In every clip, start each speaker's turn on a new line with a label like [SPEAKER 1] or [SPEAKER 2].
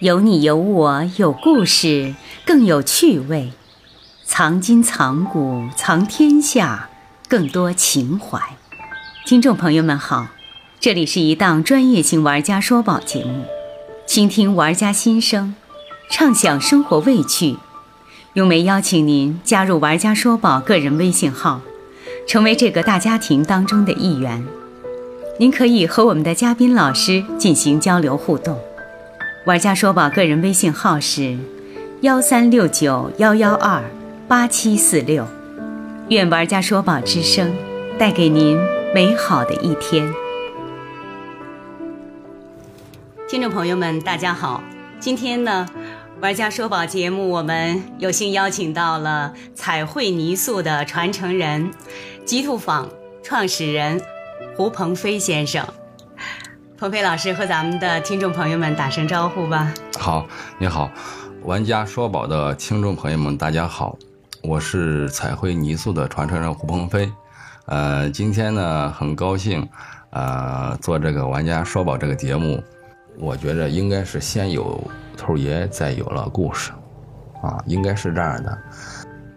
[SPEAKER 1] 有你有我，有故事，更有趣味；藏今藏古，藏天下，更多情怀。听众朋友们好，这里是一档专业性玩家说宝节目，倾听玩家心声，畅享生活味趣。咏梅邀请您加入玩家说宝个人微信号，成为这个大家庭当中的一员。您可以和我们的嘉宾老师进行交流互动。玩家说宝个人微信号是幺三六九幺幺二八七四六，愿玩家说宝之声带给您美好的一天。听众朋友们，大家好，今天呢，玩家说宝节目我们有幸邀请到了彩绘泥塑的传承人、极兔坊创始人胡鹏飞先生。鹏飞老师和咱们的听众朋友们打声招呼吧。
[SPEAKER 2] 好，你好，玩家说宝的听众朋友们，大家好，我是彩绘泥塑的传承人胡鹏飞。呃，今天呢，很高兴，呃，做这个玩家说宝这个节目，我觉着应该是先有头爷，再有了故事，啊，应该是这样的。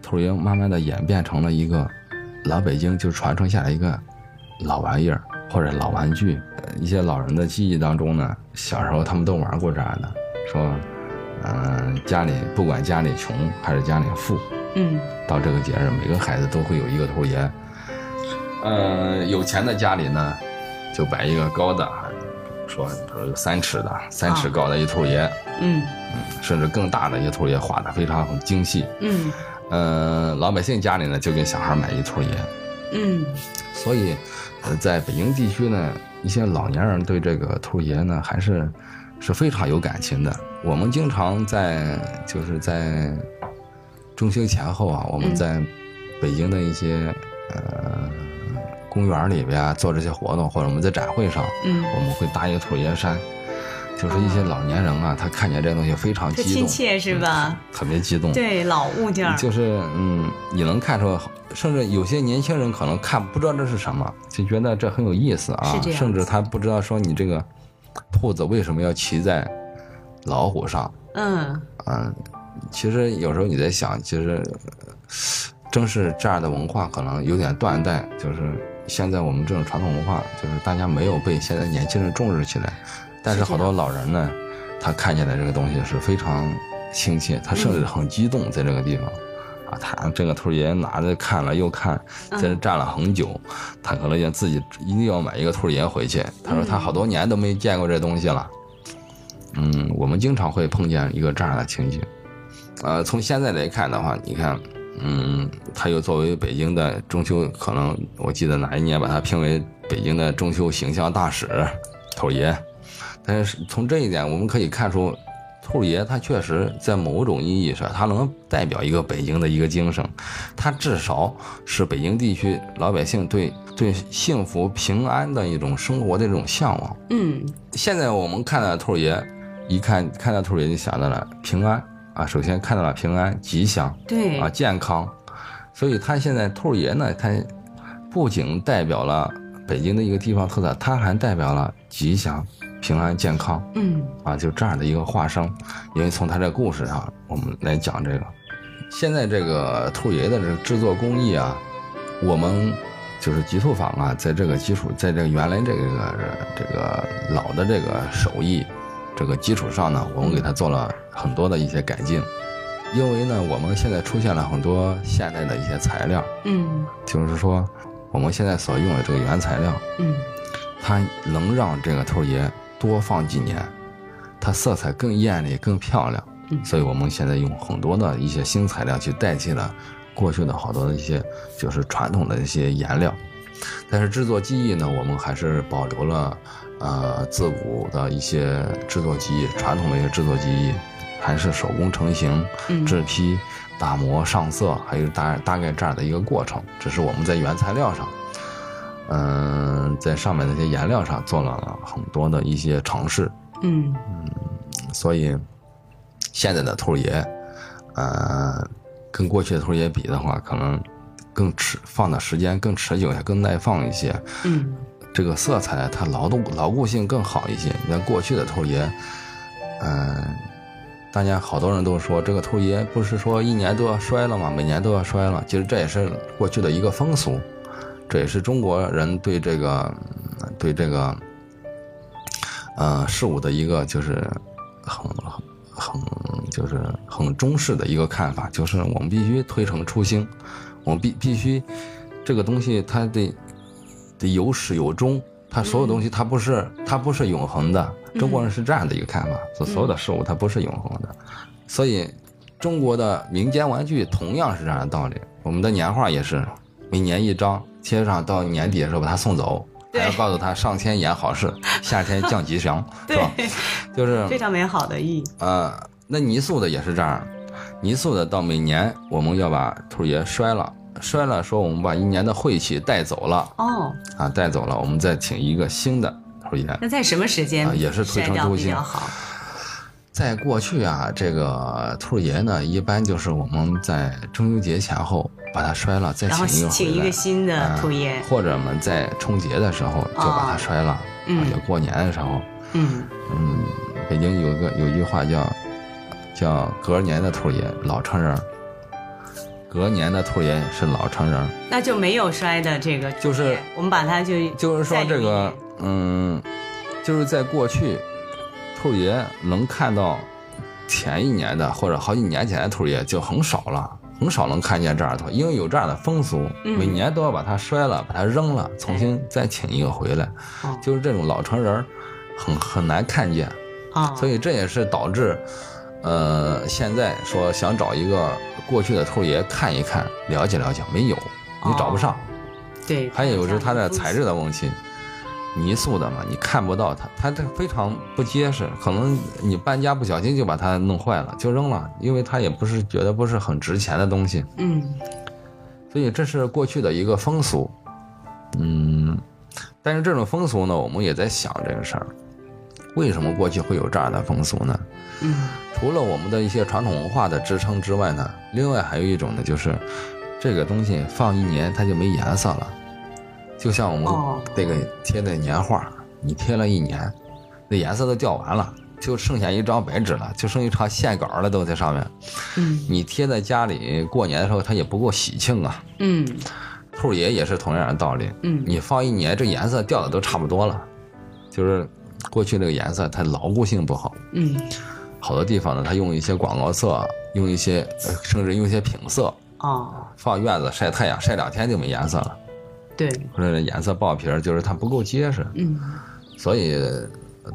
[SPEAKER 2] 头爷慢慢的演变成了一个老北京就传承下来一个老玩意儿或者老玩具。呃一些老人的记忆当中呢，小时候他们都玩过这样的，说，嗯、家里不管家里穷还是家里富，
[SPEAKER 1] 嗯
[SPEAKER 2] 到这个节日，每个孩子都会有一个头爷。呃，有钱的家里呢，就摆一个高的，说比如三尺的、三尺高的一头爷，
[SPEAKER 1] 嗯
[SPEAKER 2] 甚至更大的一头爷，画的非常精细。
[SPEAKER 1] 嗯
[SPEAKER 2] 呃，老百姓家里呢，就给小孩买一头爷。
[SPEAKER 1] 嗯
[SPEAKER 2] 所以，呃，在北京地区呢，一些老年人对这个头爷呢，还是是非常有感情的。我们经常在就是在中秋前后啊，我们
[SPEAKER 1] 嗯
[SPEAKER 2] 在北京的一些、呃公园里边啊做这些活动，或者我们在展会上，
[SPEAKER 1] 嗯，
[SPEAKER 2] 我们会搭一个头爷山。就是一些老年人啊，他看见这东西非常
[SPEAKER 1] 这
[SPEAKER 2] 激
[SPEAKER 1] 亲
[SPEAKER 2] 动，
[SPEAKER 1] 切是吧？
[SPEAKER 2] 特别激动。
[SPEAKER 1] 对，老物件儿，
[SPEAKER 2] 就是嗯，你能看出，甚至有些年轻人可能看不知道这是什么，就觉得这很有意思
[SPEAKER 1] 是
[SPEAKER 2] 啊，
[SPEAKER 1] 这样
[SPEAKER 2] 甚至他不知道说你这个兔子为什么要骑在老虎上，
[SPEAKER 1] 嗯
[SPEAKER 2] 嗯，其实有时候你在想，其实呃正是这样的文化可能有点断代，就是现在我们这种传统文化，就是大家没有被现在年轻人重视起来，但
[SPEAKER 1] 是这
[SPEAKER 2] 是好
[SPEAKER 1] 样
[SPEAKER 2] 多老人呢，他看起来这个东西是非常亲切，他甚至很激动在这个地方。啊，他这个头儿爷拿着看了又看，在这站了很久，他可能也自己一定要买一个兔儿爷回去。他说他好多年都没见过这东西了。嗯，我们经常会碰见一个这样的情景。呃，从现在来看的话，你看，嗯，他又作为北京的中秋，可能我记得哪一年把他评为北京的中秋形象大使，兔儿爷。但是从这一点，我们可以看出，兔儿爷他确实在某种意义上，他能代表一个北京的一个精神，他至少是北京地区老百姓对对幸福平安的一种生活的一种向往。
[SPEAKER 1] 嗯
[SPEAKER 2] 现在我们看到兔儿爷，一看看到兔儿爷就想到了平安啊，首先看到了平安、吉祥
[SPEAKER 1] 对
[SPEAKER 2] 啊、健康，所以他现在兔儿爷呢，他不仅代表了北京的一个地方特色，他还代表了吉祥、平安、健康。
[SPEAKER 1] 嗯
[SPEAKER 2] 啊，就这样的一个化身，因为从他这故事上，我们来讲这个。现在这个兔爷的这个制作工艺啊，我们就是极兔坊啊，在这个基础，在这个原来这个这个老的这个手艺这个基础上呢，我们给它做了很多的一些改进。因为呢，我们现在出现了很多现代的一些材料，
[SPEAKER 1] 嗯
[SPEAKER 2] 就是说我们现在所用的这个原材料，
[SPEAKER 1] 嗯
[SPEAKER 2] 它能让这个头儿爷多放几年，它色彩更艳丽、更漂亮。
[SPEAKER 1] 嗯
[SPEAKER 2] 所以我们现在用很多的一些新材料去代替了过去的好多的一些就是传统的一些颜料，但是制作技艺呢，我们还是保留了呃自古的一些制作技艺，传统的一些制作技艺，还是手工成型、
[SPEAKER 1] 嗯
[SPEAKER 2] 制坯、打磨、上色，还有大大概这样的一个过程。只是我们在原材料上，嗯、在上面的一些颜料上做了很多的一些尝试，
[SPEAKER 1] 嗯
[SPEAKER 2] 所以现在的兔儿爷，呃，跟过去的兔儿爷比的话，可能更持放的时间更持久一些，更耐放一些。
[SPEAKER 1] 嗯
[SPEAKER 2] 这个色彩它牢固牢固性更好一些。你看过去的兔儿爷，嗯，大家好多人都说这个兔爷不是说一年都要摔了吗？每年都要摔了，其实这也是过去的一个风俗，这也是中国人对这个嗯对这个呃事物的一个就是很很很就是很中式的一个看法，就是我们必须推陈出新，我们必必须这个东西它得得有始有终，它所有东西它不是它不是永恒的。中国人是这样的一个看法，所、所有的事物它不是永恒的，所以中国的民间玩具同样是这样的道理。我们的年画也是，每年一张，贴上到年底的时候把它送走，
[SPEAKER 1] 对
[SPEAKER 2] 还要告诉他上天言 好事，下天降吉祥，是吧？
[SPEAKER 1] 对，
[SPEAKER 2] 就是
[SPEAKER 1] 非常美好的意义。
[SPEAKER 2] 呃，那泥塑的也是这样，泥塑的到每年我们要把兔爷摔了，摔了说我们把一年的晦气带走了
[SPEAKER 1] 哦，
[SPEAKER 2] 啊，带走了，我们再请一个新的兔爷。
[SPEAKER 1] 那在什么时间
[SPEAKER 2] 啊也是推
[SPEAKER 1] 摔
[SPEAKER 2] 陈
[SPEAKER 1] 掉
[SPEAKER 2] 出
[SPEAKER 1] 比
[SPEAKER 2] 新
[SPEAKER 1] 较好？
[SPEAKER 2] 在过去啊，这个兔爷呢，一般就是我们在中秋节前后把它摔了，再
[SPEAKER 1] 然后
[SPEAKER 2] 请一个
[SPEAKER 1] 请
[SPEAKER 2] 回
[SPEAKER 1] 一
[SPEAKER 2] 来
[SPEAKER 1] 个新的
[SPEAKER 2] 嗯
[SPEAKER 1] 兔爷，
[SPEAKER 2] 或者我们在春节的时候就把它摔了，
[SPEAKER 1] 嗯
[SPEAKER 2] 而且过年的时候，
[SPEAKER 1] 嗯，
[SPEAKER 2] 嗯，北京有个有句话叫叫隔年的兔爷老成人儿，隔年的兔爷是老成人儿，
[SPEAKER 1] 那就没有摔的这个兔爷，
[SPEAKER 2] 就是
[SPEAKER 1] 我们把它就
[SPEAKER 2] 就是说
[SPEAKER 1] 再有
[SPEAKER 2] 这
[SPEAKER 1] 一
[SPEAKER 2] 个
[SPEAKER 1] 年，
[SPEAKER 2] 嗯，就是在过去，兔爷能看到前一年的或者好几年前的兔爷就很少了，很少能看见这样的兔，因为有这样的风俗，
[SPEAKER 1] 嗯
[SPEAKER 2] 每年都要把它摔了，把它扔了，重新再请一个回来，
[SPEAKER 1] 哦
[SPEAKER 2] 就是这种老成人儿很很难看见，
[SPEAKER 1] 哦，
[SPEAKER 2] 所
[SPEAKER 1] 以
[SPEAKER 2] 以这也是导致。呃，现在说想找一个过去的兔爷看一看，了解了解，没有，
[SPEAKER 1] 哦
[SPEAKER 2] 你找不上。
[SPEAKER 1] 对，
[SPEAKER 2] 还有就是它的
[SPEAKER 1] 这样
[SPEAKER 2] 材质的问题，泥塑的嘛，你看不到它，它这非常不结实，可能你搬家不小心就把它弄坏了，就扔了，因为它也不是觉得不是很值钱的东西，
[SPEAKER 1] 的东西，
[SPEAKER 2] 所以这是过去的一个风俗，嗯，但是这种风俗呢，我们也在想这个事儿，为什么过去会有这样的风俗呢？
[SPEAKER 1] 嗯嗯
[SPEAKER 2] 除了我们的一些传统文化的支撑之外呢，另外还有一种呢，就是这个东西放一年它就没颜色了，就像我
[SPEAKER 1] 哦
[SPEAKER 2] 们这个贴的年画，你贴了一年，那颜色都掉完了，就剩下一张白纸了，就剩一张线稿了，都在上面。
[SPEAKER 1] 嗯
[SPEAKER 2] 你贴在家里过年的时候，它也不够喜庆啊。
[SPEAKER 1] 嗯
[SPEAKER 2] 兔爷也是同样的道理，
[SPEAKER 1] 嗯，
[SPEAKER 2] 你放一年，这颜色掉的都差不多了，就是过去这个颜色它牢固性不好。
[SPEAKER 1] 嗯
[SPEAKER 2] 好多地方呢，它用一些广告色，用一些呃甚至用一些品色，
[SPEAKER 1] 哦，
[SPEAKER 2] 放院子晒太阳，晒两天就没颜色了，
[SPEAKER 1] 对，
[SPEAKER 2] 或者颜色爆皮儿，就是它不够结实，
[SPEAKER 1] 嗯
[SPEAKER 2] 所以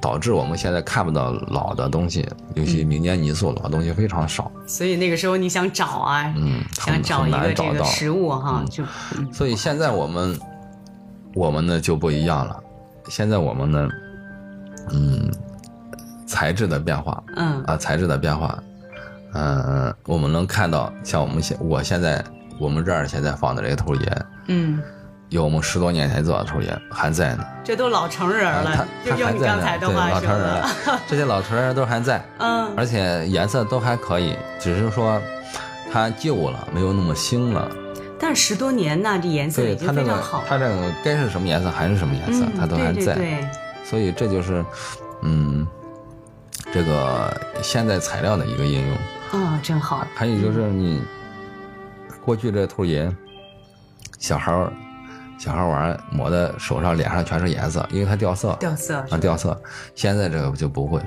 [SPEAKER 2] 导致我们现在看不到老的东西，尤其民间泥塑老的东西非常少，
[SPEAKER 1] 所以那个时候你想找啊，
[SPEAKER 2] 嗯，
[SPEAKER 1] 想
[SPEAKER 2] 很
[SPEAKER 1] 找
[SPEAKER 2] 很
[SPEAKER 1] 一个
[SPEAKER 2] 难
[SPEAKER 1] 这
[SPEAKER 2] 找
[SPEAKER 1] 个
[SPEAKER 2] 到。
[SPEAKER 1] 食物哈，就嗯
[SPEAKER 2] 所以现在我们我们呢就不一样了，现在我们呢，嗯，材质的变化，
[SPEAKER 1] 嗯
[SPEAKER 2] 啊材质的变化，嗯，我们能看到像我们现我现在我们这儿现在放的这个兔爷，
[SPEAKER 1] 嗯，
[SPEAKER 2] 有我们十多年前做的兔爷还在呢，
[SPEAKER 1] 这都老成人
[SPEAKER 2] 啊它
[SPEAKER 1] 了，就
[SPEAKER 2] 它
[SPEAKER 1] 用
[SPEAKER 2] 还
[SPEAKER 1] 你
[SPEAKER 2] 在
[SPEAKER 1] 刚
[SPEAKER 2] 呢
[SPEAKER 1] 才，的
[SPEAKER 2] 对
[SPEAKER 1] 话
[SPEAKER 2] 老
[SPEAKER 1] 说
[SPEAKER 2] 成人
[SPEAKER 1] 的
[SPEAKER 2] 了，这些老成人都还在，
[SPEAKER 1] 嗯
[SPEAKER 2] 而且颜色都还可以，只是说它旧了，没有那么新了。
[SPEAKER 1] 但是十多年呢，这颜色
[SPEAKER 2] 对
[SPEAKER 1] 已经
[SPEAKER 2] 它这
[SPEAKER 1] 非
[SPEAKER 2] 个
[SPEAKER 1] 常好，
[SPEAKER 2] 它这个该是什么颜色还是什么颜色，
[SPEAKER 1] 嗯，
[SPEAKER 2] 它都还
[SPEAKER 1] 对对
[SPEAKER 2] 在。
[SPEAKER 1] 对，
[SPEAKER 2] 所以这就是，嗯，这个现在材料的一个应用。
[SPEAKER 1] 嗯，真好，
[SPEAKER 2] 啊还有就是你过去这兔爷，小孩儿小孩儿玩儿抹的手上脸上全是颜色，因为它掉色
[SPEAKER 1] 掉色，
[SPEAKER 2] 啊掉色。现在这个就不会，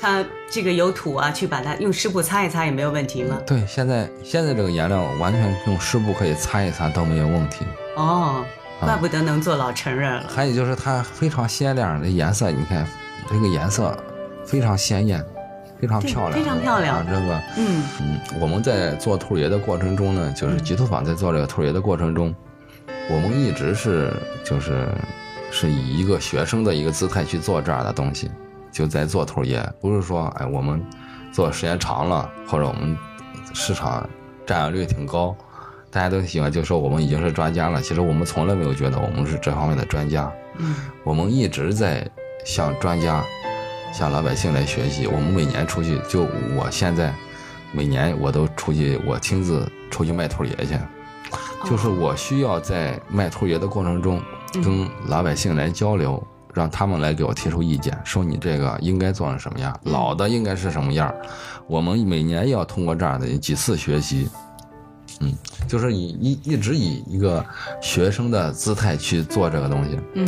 [SPEAKER 1] 它这个有土啊，去把它用湿布擦一擦也没有问题吗？
[SPEAKER 2] 对，现在现在这个颜料完全用湿布可以擦一擦都没有问题。
[SPEAKER 1] 哦，
[SPEAKER 2] 啊
[SPEAKER 1] 怪不得能做老成人了，
[SPEAKER 2] 还有就是它非常鲜亮的颜色，你看这个颜色非常鲜艳，非常
[SPEAKER 1] 对
[SPEAKER 2] 漂亮，
[SPEAKER 1] 非常漂亮
[SPEAKER 2] 啊，这个。
[SPEAKER 1] 嗯
[SPEAKER 2] 嗯，我们在做兔爷的过程中呢，就是吉兔坊在做这个兔爷的过程中，我们一直是就是是以一个学生的一个姿态去做这样的东西，就在做兔爷，不是说哎我们做时间长了，或者我们市场占有率挺高，大家都喜欢就说我们已经是专家了，其实我们从来没有觉得我们是这方面的专家，
[SPEAKER 1] 嗯，
[SPEAKER 2] 我们一直在向专家、向老百姓来学习。我们每年出去，就我现在每年我都出去，我亲自出去卖兔爷去。就是我需要在卖兔爷的过程中，跟老百姓来交流，让他们来给我提出意见，说你这个应该做成什么样，老的应该是什么样。我们每年要通过这样的几次学习，嗯，就是以一一直以一个学生的姿态去做这个东西。
[SPEAKER 1] 嗯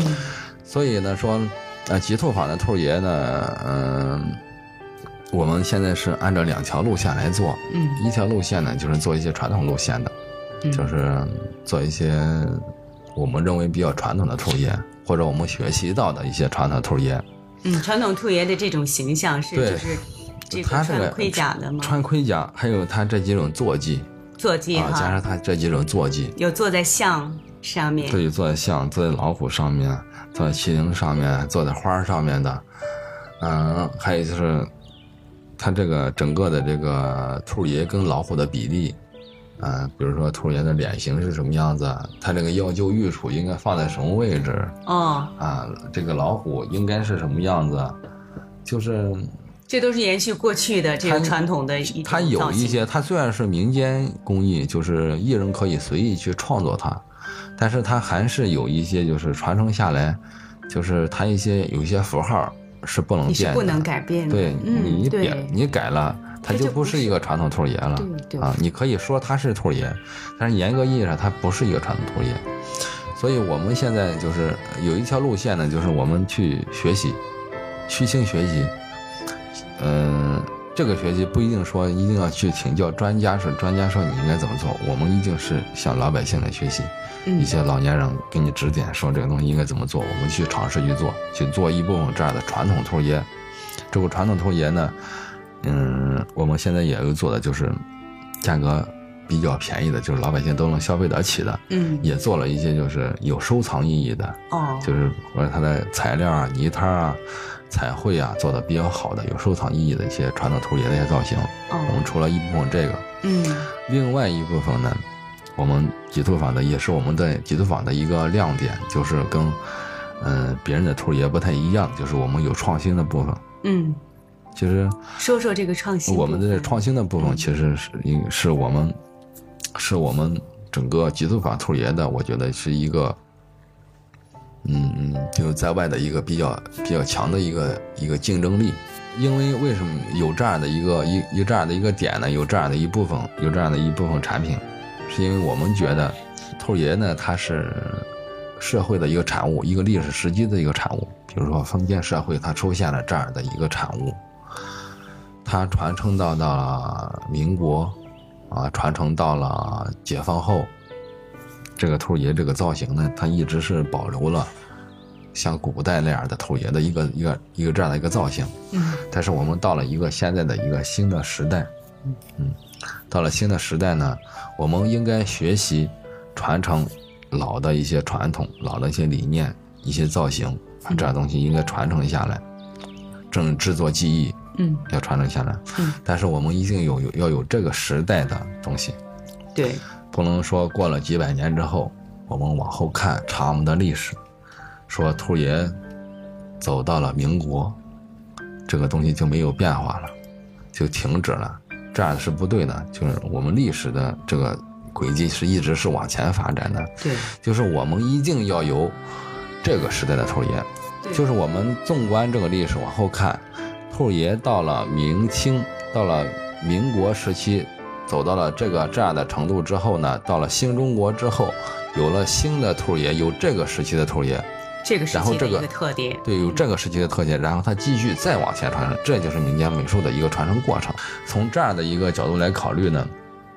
[SPEAKER 2] 所以呢，说，呃，极兔坊的兔爷呢，嗯、我们现在是按照两条路线来做，
[SPEAKER 1] 嗯
[SPEAKER 2] 一条路线呢就是做一些传统路线的，
[SPEAKER 1] 嗯
[SPEAKER 2] 就是做一些我们认为比较传统的兔爷，或者我们学习到的一些传统的兔爷。
[SPEAKER 1] 嗯，传统兔爷的这种形象是
[SPEAKER 2] 对
[SPEAKER 1] 就是这个
[SPEAKER 2] 他这个
[SPEAKER 1] 穿盔甲的吗？
[SPEAKER 2] 穿盔甲，还有他这几种坐骑
[SPEAKER 1] 坐骑
[SPEAKER 2] 啊，加
[SPEAKER 1] 哈，
[SPEAKER 2] 上他这几种坐骑，
[SPEAKER 1] 有坐在象上面，
[SPEAKER 2] 对，坐在象、坐在老虎上面、坐在麒麟上面、坐在花儿上面的，嗯、还有就是，它这个整个的这个兔爷跟老虎的比例，嗯、比如说兔爷的脸型是什么样子，它这个药灸御杵应该放在什么位置
[SPEAKER 1] 哦，
[SPEAKER 2] 啊、这个老虎应该是什么样子，就是
[SPEAKER 1] 这都是延续过去的这个
[SPEAKER 2] 它
[SPEAKER 1] 传统的一种
[SPEAKER 2] 它有
[SPEAKER 1] 造
[SPEAKER 2] 一
[SPEAKER 1] 型
[SPEAKER 2] 些，它虽然是民间工艺，就是艺人可以随意去创作它，但是它还是有一些就是传承下来，就是它一些有一些符号是不能
[SPEAKER 1] 你是
[SPEAKER 2] 变的，
[SPEAKER 1] 不能改变的，
[SPEAKER 2] 对
[SPEAKER 1] 嗯，
[SPEAKER 2] 你一
[SPEAKER 1] 对
[SPEAKER 2] 变你改了，它
[SPEAKER 1] 它就
[SPEAKER 2] 就不
[SPEAKER 1] 不是
[SPEAKER 2] 是一个传统兔爷了
[SPEAKER 1] 对对
[SPEAKER 2] 啊！你可以说它是兔爷，但是严格意义上它不是一个传统兔爷。所以我们现在就是有一条路线呢，就是我们去学习，虚心学习。嗯、这个学习不一定说一定要去请教专家，是专家说你应该怎么做，我们一定是向老百姓来学习。一
[SPEAKER 1] 嗯
[SPEAKER 2] 些老年人给你指点，说这个东西应该怎么做，我们去尝试去做，去做一部分这样的传统兔爷。这个传统兔爷呢，嗯，我们现在也有做的就是价格比较便宜的，就是老百姓都能消费得起的，
[SPEAKER 1] 嗯，
[SPEAKER 2] 也做了一些就是有收藏意义的，
[SPEAKER 1] 哦，
[SPEAKER 2] 就是或者它的材料啊、泥胎啊、彩绘啊做的比较好的、有收藏意义的一些传统兔爷的一些造型。我们
[SPEAKER 1] 哦，
[SPEAKER 2] 除了一部分这个，
[SPEAKER 1] 嗯
[SPEAKER 2] 另外一部分呢，我们极兔坊的也是我们的极兔坊的一个亮点，就是跟嗯、呃别人的兔儿爷不太一样，就是我们有创新的部分。
[SPEAKER 1] 嗯，
[SPEAKER 2] 其实
[SPEAKER 1] 说说这个创新部
[SPEAKER 2] 我
[SPEAKER 1] 分，嗯
[SPEAKER 2] 们的创新的部分，其实是应是我们是我们整个极兔坊兔儿爷的，我觉得是一个。嗯，嗯，就是在外的一个比较比较强的一个一个竞争力，因为为什么有这样的一个一有这样的一个点呢？有这样的一部分，有这样的一部分产品，是因为我们觉得兔爷呢，它是社会的一个产物，一个历史时期的一个产物。比如说封建社会，它出现了这样的一个产物，它传承到了民国，啊，传承到了解放后，这个兔爷这个造型呢，它一直是保留了像古代那样的兔爷的一个一个一个这样的一个造型。
[SPEAKER 1] 嗯
[SPEAKER 2] 但是我们到了一个现在的一个新的时代，嗯，到了新的时代呢，我们应该学习传承老的一些传统、老的一些理念、一些造型，把这东西应该传承下来，这种制作技艺
[SPEAKER 1] 嗯，
[SPEAKER 2] 要传承下来。
[SPEAKER 1] 嗯
[SPEAKER 2] 但是我们一定有有要有这个时代的东西，
[SPEAKER 1] 对，
[SPEAKER 2] 不能说过了几百年之后，我们往后看查我们的历史，说兔爷走到了民国，这个东西就没有变化了，就停止了，这样是不对的。就是我们历史的这个轨迹是一直是往前发展的，
[SPEAKER 1] 对，
[SPEAKER 2] 就是我们一定要有这个时代的兔爷，
[SPEAKER 1] 对
[SPEAKER 2] 就是我们纵观这个历史往后看，兔爷到了明清，到了民国时期，走到了这个这样的程度之后呢，到了新中国之后，有了新的兔爷，有这个时期的兔爷，
[SPEAKER 1] 这个时
[SPEAKER 2] 然后
[SPEAKER 1] 期的一
[SPEAKER 2] 这个
[SPEAKER 1] 个特点，
[SPEAKER 2] 对，有这个时期的特点，然后它继续再往前传承，这就是民间美术的一个传承过程。从这样的一个角度来考虑呢，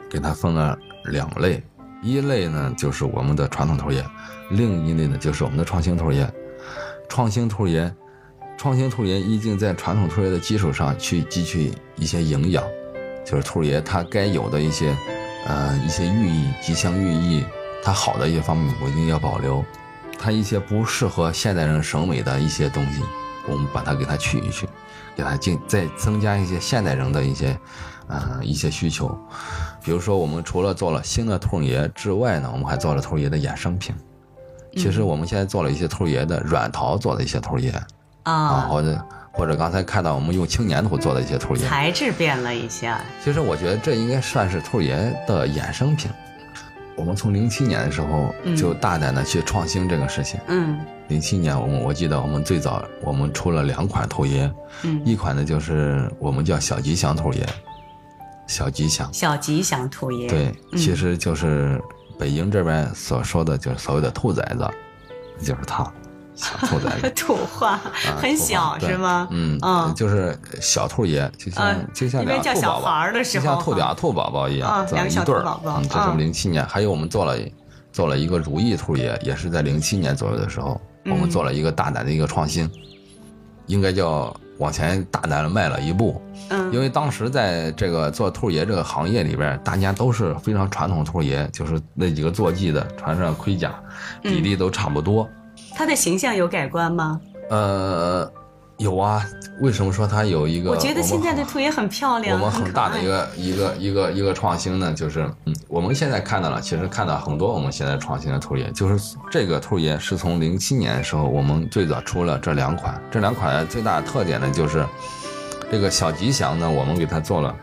[SPEAKER 2] 给它分了两类，一类呢就是我们的传统头爷，另一类呢就是我们的创新头爷。创新头爷，创新头爷一定在传统头爷的基础上去汲取一些营养，就是兔爷它该有的一些，呃，一些寓意、吉祥寓意，它好的一些方面我一定要保留，它一些不适合现代人审美的一些东西，我们把它给它去一去，给它进再增加一些现代人的一些，呃，一些需求。比如说，我们除了做了新的兔爷之外呢，我们还做了兔爷的衍生品。其实我们现在做了一些兔爷的软陶做的一些兔爷啊，
[SPEAKER 1] 啊，
[SPEAKER 2] 或者或者刚才看到我们用青粘土做的一些兔爷，
[SPEAKER 1] 材质变了一下，
[SPEAKER 2] 其实我觉得这应该算是兔儿爷的衍生品。我们从零七年的时候就大胆的去创新这个事情。
[SPEAKER 1] 嗯
[SPEAKER 2] 零七年，我们我记得我们最早我们出了两款头烟，
[SPEAKER 1] 嗯，
[SPEAKER 2] 一款呢就是我们叫小吉祥头烟，小吉祥，
[SPEAKER 1] 小吉祥兔爷，
[SPEAKER 2] 对，
[SPEAKER 1] 嗯。
[SPEAKER 2] 其实就是北京这边所说的就是所谓的兔崽子，就是它，小兔崽子
[SPEAKER 1] 土话
[SPEAKER 2] 啊
[SPEAKER 1] 很小
[SPEAKER 2] 土话
[SPEAKER 1] 是吗？
[SPEAKER 2] 嗯
[SPEAKER 1] 嗯
[SPEAKER 2] 就是小兔爷，就
[SPEAKER 1] 嗯
[SPEAKER 2] 像就像
[SPEAKER 1] 因为
[SPEAKER 2] 俩
[SPEAKER 1] 叫
[SPEAKER 2] 兔
[SPEAKER 1] 小
[SPEAKER 2] 宝
[SPEAKER 1] 孩
[SPEAKER 2] 宝
[SPEAKER 1] 儿的时
[SPEAKER 2] 就像
[SPEAKER 1] 候
[SPEAKER 2] 兔
[SPEAKER 1] 哈
[SPEAKER 2] 俩兔宝宝一
[SPEAKER 1] 啊
[SPEAKER 2] 样，这
[SPEAKER 1] 两
[SPEAKER 2] 样
[SPEAKER 1] 个
[SPEAKER 2] 一
[SPEAKER 1] 小
[SPEAKER 2] 对
[SPEAKER 1] 兔
[SPEAKER 2] 儿
[SPEAKER 1] 宝宝
[SPEAKER 2] 嗯，这是
[SPEAKER 1] 嗯
[SPEAKER 2] 零七年，还有我们做了做了一个如意兔爷，也是在零七年左右的时候，我
[SPEAKER 1] 嗯
[SPEAKER 2] 们做了一个大胆的一个创新，应该叫往前大胆地迈了一步，
[SPEAKER 1] 嗯，
[SPEAKER 2] 因为当时在这个做兔爷这个行业里边，大家都是非常传统兔爷，就是那几个坐骑的穿上盔甲，
[SPEAKER 1] 嗯
[SPEAKER 2] 比例都差不多。
[SPEAKER 1] 他的形象有改观吗？
[SPEAKER 2] 呃，有啊，为什么说它有一个？
[SPEAKER 1] 我觉得
[SPEAKER 2] 们
[SPEAKER 1] 现在的
[SPEAKER 2] 很
[SPEAKER 1] 兔爷很漂亮，
[SPEAKER 2] 我们很
[SPEAKER 1] 可
[SPEAKER 2] 大的
[SPEAKER 1] 爱
[SPEAKER 2] 一个一个一个一个创新呢，就是嗯，我们现在看到了，其实看到很多我们现在创新的兔爷，就是这个兔爷是从零七年的时候，我们最早出了这两款，这两款最大的特点呢就是，这个小吉祥呢，我们给它做了，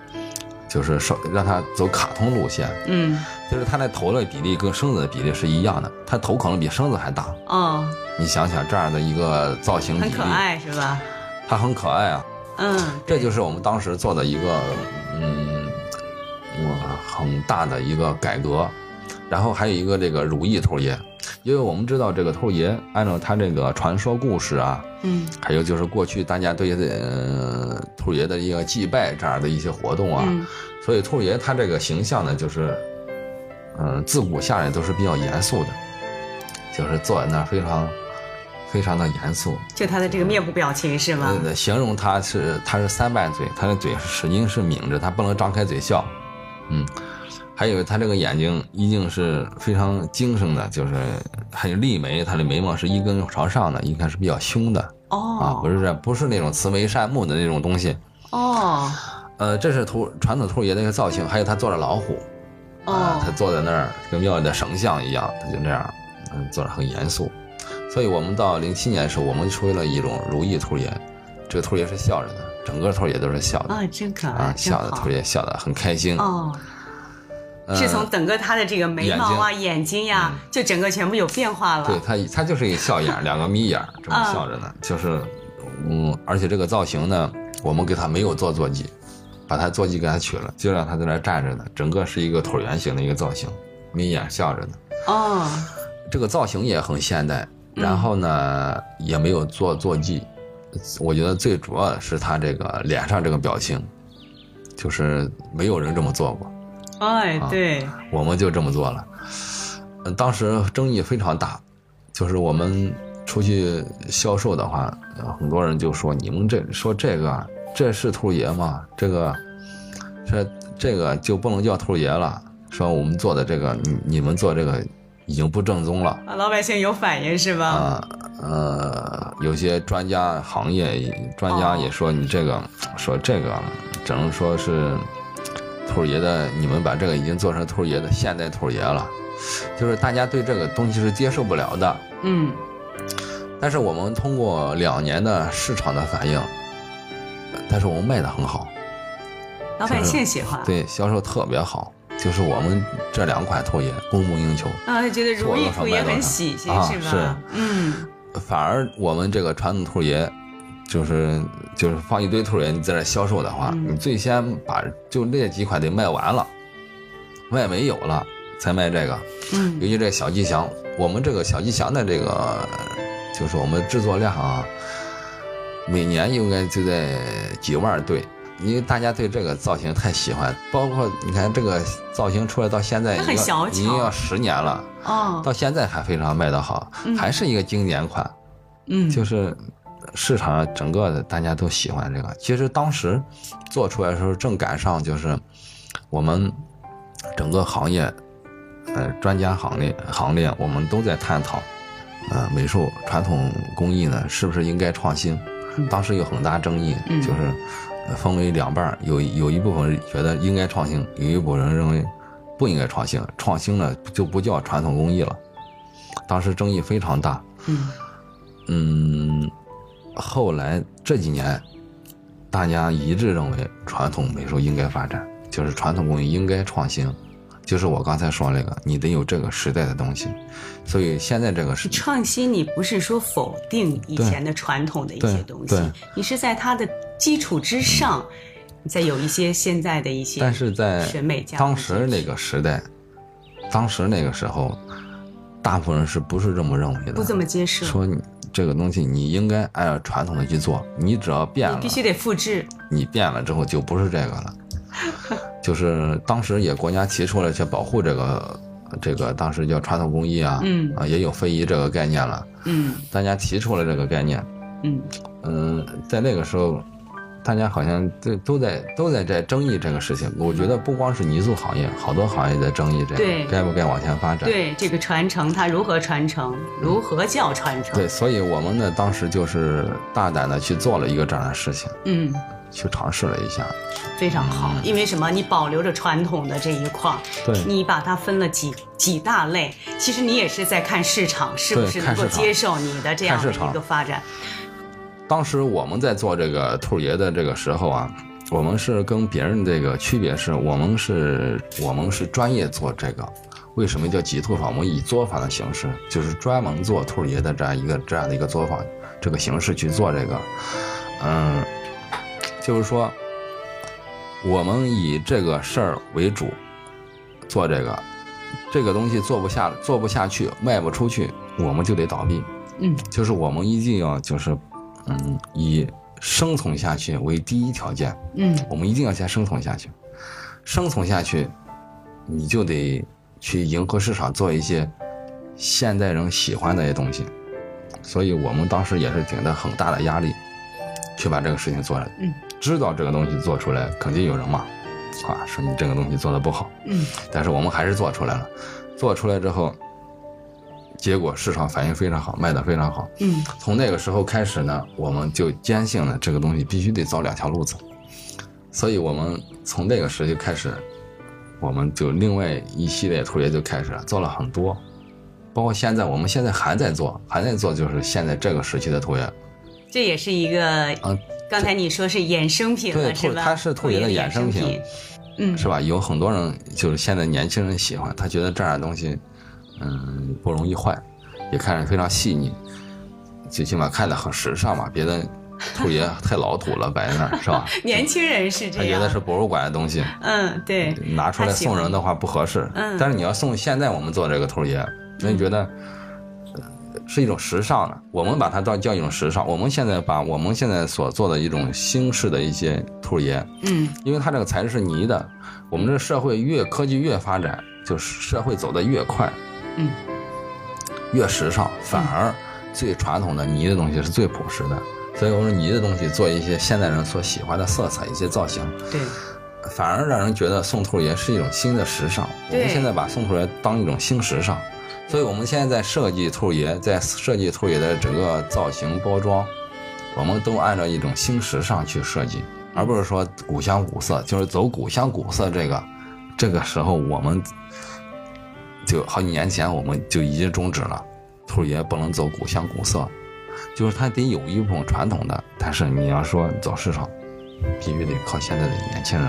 [SPEAKER 2] 就是稍让它走卡通路线，
[SPEAKER 1] 嗯
[SPEAKER 2] 就是它的头的比例跟身子的比例是一样的，它头可能比身子还大，
[SPEAKER 1] 哦，
[SPEAKER 2] 你想想这样的一个造型比
[SPEAKER 1] 很
[SPEAKER 2] 例
[SPEAKER 1] 可，爱是吧？
[SPEAKER 2] 它很可爱啊，
[SPEAKER 1] 嗯，
[SPEAKER 2] 这就是我们当时做的一个，嗯，我很大的一个改革。然后还有一个这个如意兔爷，因为我们知道这个兔爷，按照他这个传说故事啊，
[SPEAKER 1] 嗯
[SPEAKER 2] 还有就是过去大家对呃兔爷的一个祭拜这样的一些活动啊，
[SPEAKER 1] 嗯
[SPEAKER 2] 所以兔爷他这个形象呢，就是，嗯、自古下来都是比较严肃的，就是坐在那儿非常非常的严肃，
[SPEAKER 1] 就他的这个面部表情是吗？
[SPEAKER 2] 呃，形容他是他是三瓣嘴，他的嘴是使劲是抿着，他不能张开嘴笑。嗯，还有他这个眼睛一定是非常精神的，就是还有立眉，他的眉毛是一根朝上的，应该是比较凶的啊，
[SPEAKER 1] 哦
[SPEAKER 2] 不是这不是那种慈眉善目的那种东西。
[SPEAKER 1] 哦
[SPEAKER 2] 呃，这是图传统兔爷的一个造型，还有他坐着老虎，啊，他
[SPEAKER 1] 哦，
[SPEAKER 2] 坐在那儿跟庙里的神像一样，他就那样，嗯，坐着很严肃。所以我们到零七年的时候，我们出了一种如意兔爷，这个兔爷是笑着的，整个兔爷都是笑的
[SPEAKER 1] 啊，真可爱
[SPEAKER 2] 啊，，
[SPEAKER 1] 真
[SPEAKER 2] 笑的
[SPEAKER 1] 好
[SPEAKER 2] 兔。爷笑的很开心。
[SPEAKER 1] 哦，是从整个他的这个眉
[SPEAKER 2] 呃眼嗯
[SPEAKER 1] 毛啊、眼睛呀、就整个全部有变化了。
[SPEAKER 2] 对他，他就是一个笑眼儿，两个眯眼儿，这么笑着呢，就是，嗯，而且这个造型呢，我们给他没有做坐骑，把他坐骑给他取了，就让他在那儿站着呢，整个是一个椭圆形的一个造型，眯眼笑着呢。
[SPEAKER 1] 哦，
[SPEAKER 2] 这个造型也很现代，然后呢也没有做坐骑，我觉得最主要的是他这个脸上这个表情，就是没有人这么做过，
[SPEAKER 1] 哎，
[SPEAKER 2] 啊
[SPEAKER 1] 对，
[SPEAKER 2] 我们就这么做了。嗯，当时争议非常大，就是我们出去销售的话，呃很多人就说你们这说这个这是兔爷吗？这个这这个就不能叫兔爷了，说我们做的这个你你们做这个已经不正宗了。
[SPEAKER 1] 啊老百姓有反应是吧？
[SPEAKER 2] 啊，呃，有些专家行业专家也说你这个，说这个，只能说是兔儿爷的，你们把这个已经做成兔儿爷的现代兔儿爷了，就是大家对这个东西是接受不了的。
[SPEAKER 1] 嗯，
[SPEAKER 2] 但是我们通过两年的市场的反应，但是我们卖的很好，
[SPEAKER 1] 老百姓喜欢。
[SPEAKER 2] 对，销售特别好，就是我们这两款兔儿爷供不应求。
[SPEAKER 1] 啊，他觉得如意兔也很喜庆
[SPEAKER 2] 做了
[SPEAKER 1] 是吧？
[SPEAKER 2] 上百多场啊
[SPEAKER 1] 嗯，
[SPEAKER 2] 反而我们这个传统兔爷，就是就是放一堆兔爷，你在这销售的话，
[SPEAKER 1] 嗯
[SPEAKER 2] 你最先把就那几款得卖完了，卖没有了才卖这个。尤
[SPEAKER 1] 嗯
[SPEAKER 2] 其这小吉祥，我们这个小吉祥的这个就是我们制作量啊，每年应该就在几万对。因为大家对这个造型太喜欢，包括你看这个造型出来到现在
[SPEAKER 1] 它很
[SPEAKER 2] 已经
[SPEAKER 1] 小
[SPEAKER 2] 要已经
[SPEAKER 1] 巧
[SPEAKER 2] 要十年了，
[SPEAKER 1] 哦
[SPEAKER 2] 到现在还非常卖得好，
[SPEAKER 1] 嗯
[SPEAKER 2] 还是一个经典款。
[SPEAKER 1] 嗯，
[SPEAKER 2] 就是市场上整个的大家都喜欢这个。其实当时做出来的时候，正赶上就是我们整个行业，呃，专家行列行列，我们都在探讨，呃，美术传统工艺呢是不是应该创新？当时有很大争议，
[SPEAKER 1] 嗯
[SPEAKER 2] 就是呃分为两半儿，有有一部分人觉得应该创新，有一部分人认为不应该创新，创新了就不叫传统工艺了。当时争议非常大，
[SPEAKER 1] 嗯
[SPEAKER 2] 嗯，后来这几年，大家一致认为传统美术应该发展，就是传统工艺应该创新，就是我刚才说那个，你得有这个时代的东西，所以现在这个时
[SPEAKER 1] 创新，你不是说否定以前的传统的一些东西
[SPEAKER 2] 对对，嗯
[SPEAKER 1] 你是在它的基础之上，你再有一些现在的一些。
[SPEAKER 2] 但是在
[SPEAKER 1] 审美加
[SPEAKER 2] 当
[SPEAKER 1] 入
[SPEAKER 2] 时
[SPEAKER 1] 进
[SPEAKER 2] 那
[SPEAKER 1] 去
[SPEAKER 2] 个时代，当时那个时候，大部分人是不是这么认为的？
[SPEAKER 1] 不这么接受，
[SPEAKER 2] 说你这个东西你应该按照传统的去做，你只要变
[SPEAKER 1] 你
[SPEAKER 2] 了，
[SPEAKER 1] 必须得复制。
[SPEAKER 2] 你变了之后就不是这个 了。就是当时也国家提出来去保护这个这个当时叫传统工艺啊，
[SPEAKER 1] 嗯
[SPEAKER 2] 啊也有非遗这个概念了，
[SPEAKER 1] 嗯
[SPEAKER 2] 大家提出了这个概念，
[SPEAKER 1] 嗯，
[SPEAKER 2] 嗯，在那个时候，大家好像都都在都在在争议这个事情。我觉得不光是泥塑行业，好多行业在争议这
[SPEAKER 1] 对
[SPEAKER 2] 个该不该往前发展。
[SPEAKER 1] 对这个传承，它如何传承，如何叫传承？
[SPEAKER 2] 对，所以我们呢，当时就是大胆的去做了一个这样的事情，
[SPEAKER 1] 嗯，
[SPEAKER 2] 去尝试了一下。
[SPEAKER 1] 非常好。因为什么？你保留着传统的这一块儿，
[SPEAKER 2] 嗯对
[SPEAKER 1] 你把它分了几几大类，其实你也是在看市场是不
[SPEAKER 2] 对
[SPEAKER 1] 是能
[SPEAKER 2] 看
[SPEAKER 1] 够
[SPEAKER 2] 市场
[SPEAKER 1] 接受你的这样的
[SPEAKER 2] 看市场
[SPEAKER 1] 一个发展。
[SPEAKER 2] 当时我们在做这个兔儿爷的这个时候啊，我们是跟别人这个区别是我们是我们是专业做这个。为什么叫集兔法？我们以作坊的形式，就是专门做兔儿爷的这样一个这样的一个作坊，这个形式去做这个。嗯，就是说，我们以这个事儿为主，做这个，这个东西做不下做不下去，卖不出去，我们就得倒闭。
[SPEAKER 1] 嗯，
[SPEAKER 2] 就是我们一定要就是，嗯，以生存下去为第一条件，
[SPEAKER 1] 嗯
[SPEAKER 2] 我们一定要先生存下去，生存下去，你就得去迎合市场，做一些现代人喜欢的一些东西。所以我们当时也是顶着很大的压力，去把这个事情做了。
[SPEAKER 1] 嗯，
[SPEAKER 2] 知道这个东西做出来肯定有人骂，啊，说你这个东西做的不好。
[SPEAKER 1] 嗯，
[SPEAKER 2] 但是我们还是做出来了。做出来之后，结果市场反应非常好，卖的非常好。
[SPEAKER 1] 嗯
[SPEAKER 2] 从那个时候开始呢，我们就坚信了这个东西必须得走两条路子，所以我们从那个时期开始，我们就另外一系列图也就开始了，做了很多，包括现在，我们现在还在做，还在做，就是现在这个时期的图也，
[SPEAKER 1] 这也是一个
[SPEAKER 2] 嗯，
[SPEAKER 1] 刚才你说是衍生品
[SPEAKER 2] 对
[SPEAKER 1] 了，
[SPEAKER 2] 兔
[SPEAKER 1] 是吧？
[SPEAKER 2] 它是兔爷的衍生品，
[SPEAKER 1] 嗯，
[SPEAKER 2] 是吧？有很多人就是现在年轻人喜欢，他觉得这样的东西，嗯，不容易坏，也看着非常细腻，最起码看着很时尚嘛。别的兔爷太老土了，摆在那儿是吧？
[SPEAKER 1] 年轻人是这
[SPEAKER 2] 他
[SPEAKER 1] 样，
[SPEAKER 2] 觉得是博物馆的东西，
[SPEAKER 1] 嗯，对，
[SPEAKER 2] 拿出来送人的话不合适。
[SPEAKER 1] 嗯
[SPEAKER 2] 但是你要送现在我们做这个兔爷，那你觉得？呃是一种时尚的，我们把它当叫一种时尚。我们现在把我们现在所做的一种新式的一些兔爷，
[SPEAKER 1] 嗯
[SPEAKER 2] 因为它这个材质是泥的，我们这社会越科技越发展，就是社会走得越快，
[SPEAKER 1] 嗯，
[SPEAKER 2] 越时尚，反而最传统的泥的东西是最朴实的。所以我说泥的东西做一些现代人所喜欢的色彩、一些造型，
[SPEAKER 1] 嗯对，
[SPEAKER 2] 反而让人觉得宋兔爷是一种新的时尚。我
[SPEAKER 1] 对
[SPEAKER 2] 们现在把宋兔爷当一种新时尚，所以我们现在在设计兔爷，在设计兔爷的整个造型包装，我们都按照一种新时尚去设计，而不是说古香古色，就是走古香古色这个，这个时候我们就好几年前我们就已经终止了，兔爷不能走古香古色，就是它得有一部分传统的，但是你要说走市场，必须得靠现在的年轻人，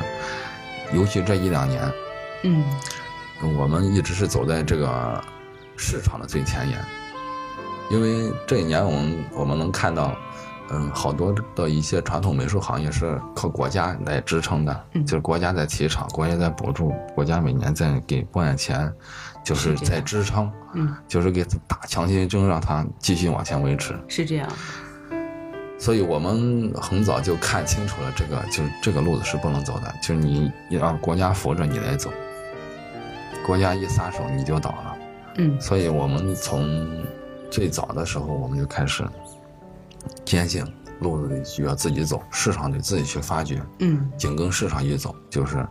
[SPEAKER 2] 尤其这一两年，
[SPEAKER 1] 嗯
[SPEAKER 2] 我们一直是走在这个市场的最前沿，因为这一年我们我们能看到，嗯，好多的一些传统美术行业是靠国家来支撑的，
[SPEAKER 1] 嗯
[SPEAKER 2] 就是国家在提倡，国家在补助，国家每年在给拨点钱，就是
[SPEAKER 1] 嗯是这样
[SPEAKER 2] 在支撑，
[SPEAKER 1] 嗯，
[SPEAKER 2] 就是给打强心针，让它继续往前维持。
[SPEAKER 1] 是这样，
[SPEAKER 2] 所以我们很早就看清楚了，这个就是这个路子是不能走的，就是你你让国家扶着你来走，国家一撒手你就倒了。
[SPEAKER 1] 嗯
[SPEAKER 2] 所以我们从最早的时候我们就开始坚信路子就要自己走，市场得自己去发掘，
[SPEAKER 1] 嗯
[SPEAKER 2] 紧跟市场去走，就是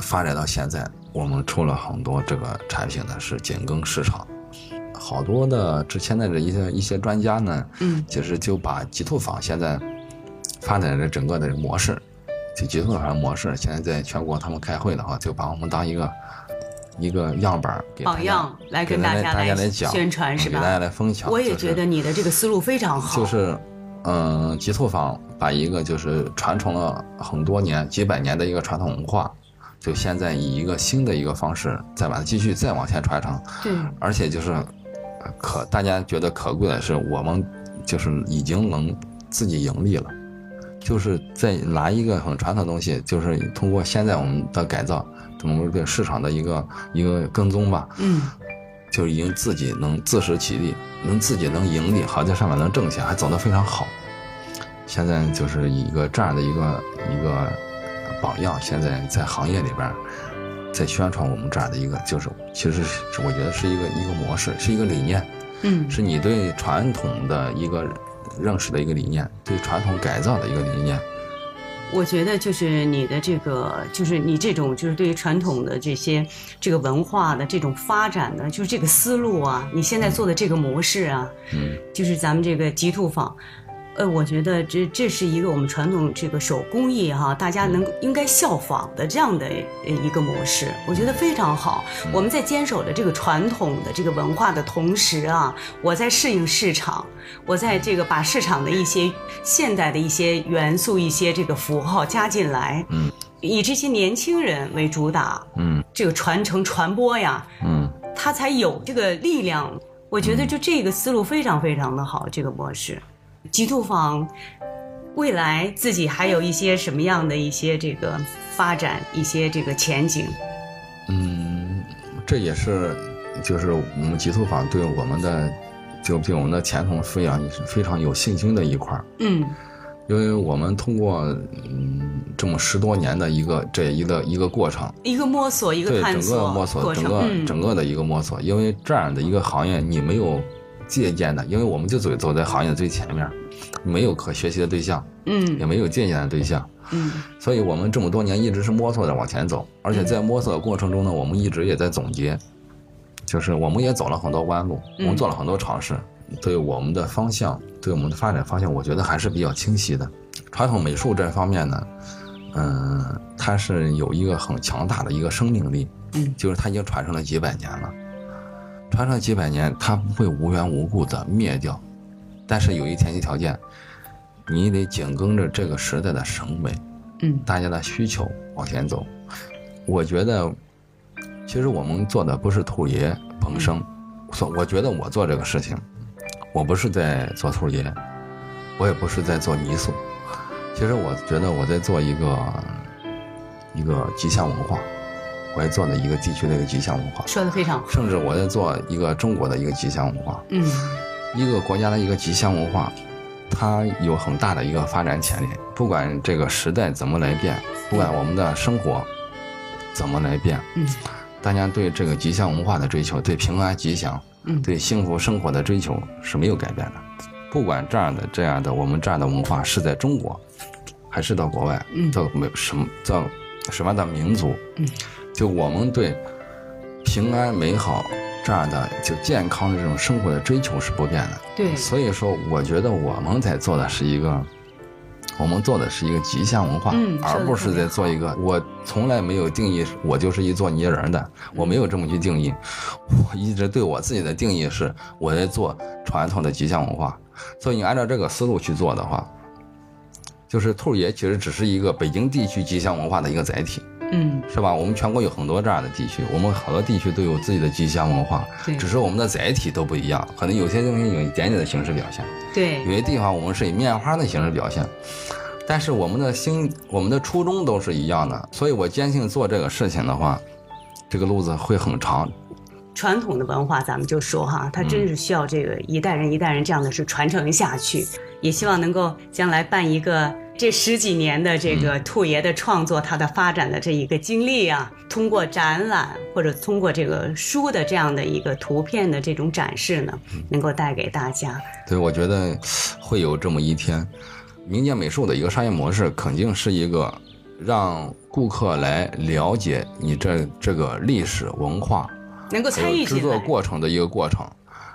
[SPEAKER 2] 发展到现在，我们出了很多这个产品呢是紧跟市场。好多的之前的这一些一些专家呢，
[SPEAKER 1] 嗯
[SPEAKER 2] 其实就把极兔坊现在发展的整个的模式，就极兔坊的模式，现在在全国他们开会的话，就把我们当一个一个样板儿给大家
[SPEAKER 1] 榜样来
[SPEAKER 2] 给
[SPEAKER 1] 跟大
[SPEAKER 2] 大
[SPEAKER 1] 家
[SPEAKER 2] 大
[SPEAKER 1] 来
[SPEAKER 2] 家来讲
[SPEAKER 1] 宣传
[SPEAKER 2] 嗯
[SPEAKER 1] 是
[SPEAKER 2] 给
[SPEAKER 1] 吧
[SPEAKER 2] 大家来分享。
[SPEAKER 1] 我也
[SPEAKER 2] 就是
[SPEAKER 1] 觉得你的这个思路非常好，
[SPEAKER 2] 就是，嗯，极兔坊把一个就是传承了很多年、几百年的一个传统文化，就现在以一个新的一个方式再把它继续再往前传承，
[SPEAKER 1] 对，
[SPEAKER 2] 而且就是呃可大家觉得可贵的是，我们就是已经能自己盈利了，就是在拿一个很传统的东西，就是通过现在我们的改造，怎么对市场的一个一个跟踪吧，
[SPEAKER 1] 嗯，
[SPEAKER 2] 就是已经自己能自食其力，能自己能盈利，还在上面能挣钱，还走得非常好。现在就是以一个这样的一个一个榜样，现在在行业里边儿在宣传我们这样的一个，就是其实是我觉得是一个一个模式，是一个理念，
[SPEAKER 1] 嗯，
[SPEAKER 2] 是你对传统的一个认识的一个理念，对传统改造的一个理念。
[SPEAKER 1] 我觉得就是你的这个，就是你这种，就是对于传统的这些这个文化的这种发展呢，就是这个思路啊，你现在做的这个模式啊，
[SPEAKER 2] 嗯，
[SPEAKER 1] 就是咱们这个极兔坊，呃，我觉得这这是一个我们传统这个手工艺哈、大家能应该效仿的这样的呃一个模式，我觉得非常好。我们在坚守着这个传统的这个文化的同时啊，我在适应市场，我在这个把市场的一些现代的一些元素、一些这个符号加进来，
[SPEAKER 2] 嗯，
[SPEAKER 1] 以这些年轻人为主打，
[SPEAKER 2] 嗯
[SPEAKER 1] 这个传承传播呀，
[SPEAKER 2] 嗯，
[SPEAKER 1] 它才有这个力量。我觉得就这个思路非常非常的好，这个模式。极兔坊未来自己还有一些什么样的一些这个发展，一些这个前景？
[SPEAKER 2] 嗯，这也是就是我们极兔坊对我们的就对我们的传统素啊养也是非常有信心的一块儿。
[SPEAKER 1] 嗯
[SPEAKER 2] 因为我们通过嗯这么十多年的一个这一个一个过程，
[SPEAKER 1] 一个摸索，一个
[SPEAKER 2] 对
[SPEAKER 1] 探
[SPEAKER 2] 整个
[SPEAKER 1] 索
[SPEAKER 2] 摸索，
[SPEAKER 1] 过程
[SPEAKER 2] 整，个
[SPEAKER 1] 嗯
[SPEAKER 2] 整个的一个摸索，因为这样的一个行业你没有借鉴的，因为我们就走走在行业的最前面，没有可学习的对象，也
[SPEAKER 1] 嗯
[SPEAKER 2] 没有借鉴的对象，
[SPEAKER 1] 嗯
[SPEAKER 2] 所以我们这么多年一直是摸索着往前走，而且在摸索的过程
[SPEAKER 1] 嗯
[SPEAKER 2] 中呢，我们一直也在总结，就是我们也走了很多弯路，我
[SPEAKER 1] 嗯
[SPEAKER 2] 们做了很多尝试，对我们的方向，对我们的发展方向，我觉得还是比较清晰的。传统美术这方面呢，嗯、它是有一个很强大的一个生命力，
[SPEAKER 1] 嗯
[SPEAKER 2] 就是它已经传承了几百年了，传承了几百年，它不会无缘无故的灭掉，但是有一前提条件，你得紧跟着这个时代的审美，
[SPEAKER 1] 嗯
[SPEAKER 2] 大家的需求往前走。我觉得，其实我们做的不是兔爷捧生，所我觉得我做这个事情，我不是在做兔爷，我也不是在做泥塑，其实我觉得我在做一个一个吉祥文化，我也做的一个地区的一个吉祥文化，
[SPEAKER 1] 说的非常好。
[SPEAKER 2] 甚至我在做一个中国的一个吉祥文化。
[SPEAKER 1] 嗯
[SPEAKER 2] 一个国家的一个吉祥文化，它有很大的一个发展潜力。不管这个时代怎么来变，不管我们的生活怎么来变，
[SPEAKER 1] 嗯
[SPEAKER 2] 大家对这个吉祥文化的追求，对平安吉祥、
[SPEAKER 1] 嗯，
[SPEAKER 2] 对幸福生活的追求是没有改变的。不管这样的这样的我们这样的文化是在中国，还是到国外，
[SPEAKER 1] 嗯
[SPEAKER 2] 到没什么到什么样的民族，
[SPEAKER 1] 嗯
[SPEAKER 2] 就我们对平安美好这样的就健康的这种生活的追求是不变的。
[SPEAKER 1] 对，
[SPEAKER 2] 所以说，我觉得我们在做的是一个，我们做的是一个吉祥文化，
[SPEAKER 1] 嗯
[SPEAKER 2] 而不是在做一个。我从来没有定义我就是一做泥人的，我没有这么去定义。我一直对我自己的定义是，我在做传统的吉祥文化。所以你按照这个思路去做的话，就是兔爷其实只是一个北京地区吉祥文化的一个载体，
[SPEAKER 1] 嗯
[SPEAKER 2] 是吧？我们全国有很多这样的地区，我们好多地区都有自己的吉祥文化，
[SPEAKER 1] 对
[SPEAKER 2] 只是我们的载体都不一样，可能有些东西有一点点的形式表现，有
[SPEAKER 1] 对
[SPEAKER 2] 些地方我们是以面花的形式表现，但是我们的心、我们的初衷都是一样的，所以我坚信做这个事情的话，这个路子会很长。
[SPEAKER 1] 传统的文化，咱们就说哈，它
[SPEAKER 2] 嗯
[SPEAKER 1] 真是需要这个一代人一代人这样的是传承下去，也希望能够将来办一个这十几年的这
[SPEAKER 2] 嗯
[SPEAKER 1] 个兔爷的创作，它的发展的这一个经历啊，通过展览或者通过这个书的这样的一个图片的这种展示呢，
[SPEAKER 2] 嗯
[SPEAKER 1] 能够带给大家。
[SPEAKER 2] 对，我觉得会有这么一天，民间美术的一个商业模式肯定是一个让顾客来了解你这这个历史文化
[SPEAKER 1] 能够参
[SPEAKER 2] 还
[SPEAKER 1] 与
[SPEAKER 2] 有制
[SPEAKER 1] 进
[SPEAKER 2] 作
[SPEAKER 1] 来，
[SPEAKER 2] 过程的一个过程。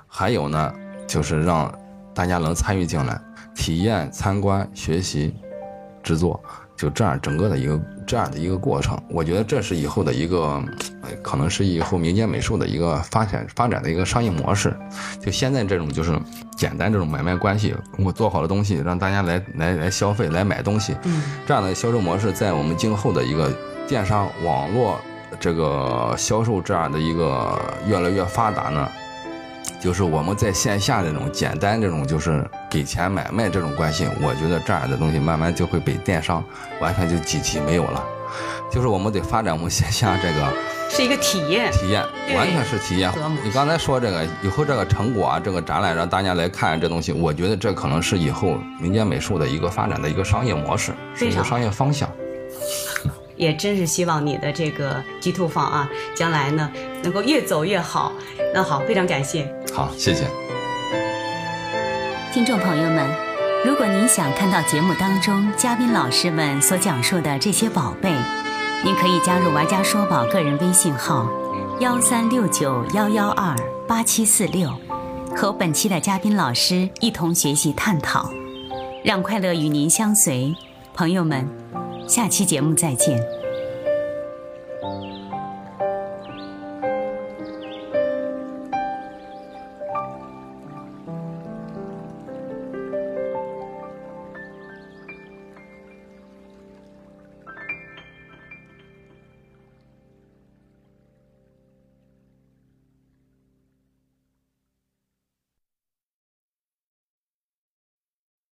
[SPEAKER 2] 还有呢，就是让大家能参与进来，体验、参观、学习、制作，就这样整个的一个这样的一个过程。我觉得这是以后的一个，呃可能是以后民间美术的一个发展发展的一个商业模式。就现在这种就是简单这种买卖关系，我做好了东西，让大家来来来消费，来买东西，
[SPEAKER 1] 嗯
[SPEAKER 2] 这样的销售模式在我们今后的一个电商网络这个销售这样的一个越来越发达呢，就是我们在线下这种简单这种就是给钱买卖这种关系，我觉得这样的东西慢慢就会被电商完全就挤提没有了。就是我们得发展我们线下这个
[SPEAKER 3] 是一个体验。
[SPEAKER 2] 体验，
[SPEAKER 3] 对
[SPEAKER 2] 完全是体验
[SPEAKER 3] 和睦。
[SPEAKER 2] 你刚才说这个以后这个成果啊，这个展览让大家来看这东西，我觉得这可能是以后民间美术的一个发展的一个商业模式，是
[SPEAKER 3] 非
[SPEAKER 2] 一
[SPEAKER 3] 常
[SPEAKER 2] 个商业方向。
[SPEAKER 3] 也真是希望你的这个极兔坊啊，将来呢能够越走越好。那好，非常感谢。
[SPEAKER 2] 好，谢谢。
[SPEAKER 1] 听众朋友们，如果您想看到节目当中嘉宾老师们所讲述的这些宝贝，您可以加入玩家说宝个人微信号幺三六九幺幺二八七四六，和本期的嘉宾老师一同学习探讨，让快乐与您相随。朋友们，下期节目再见。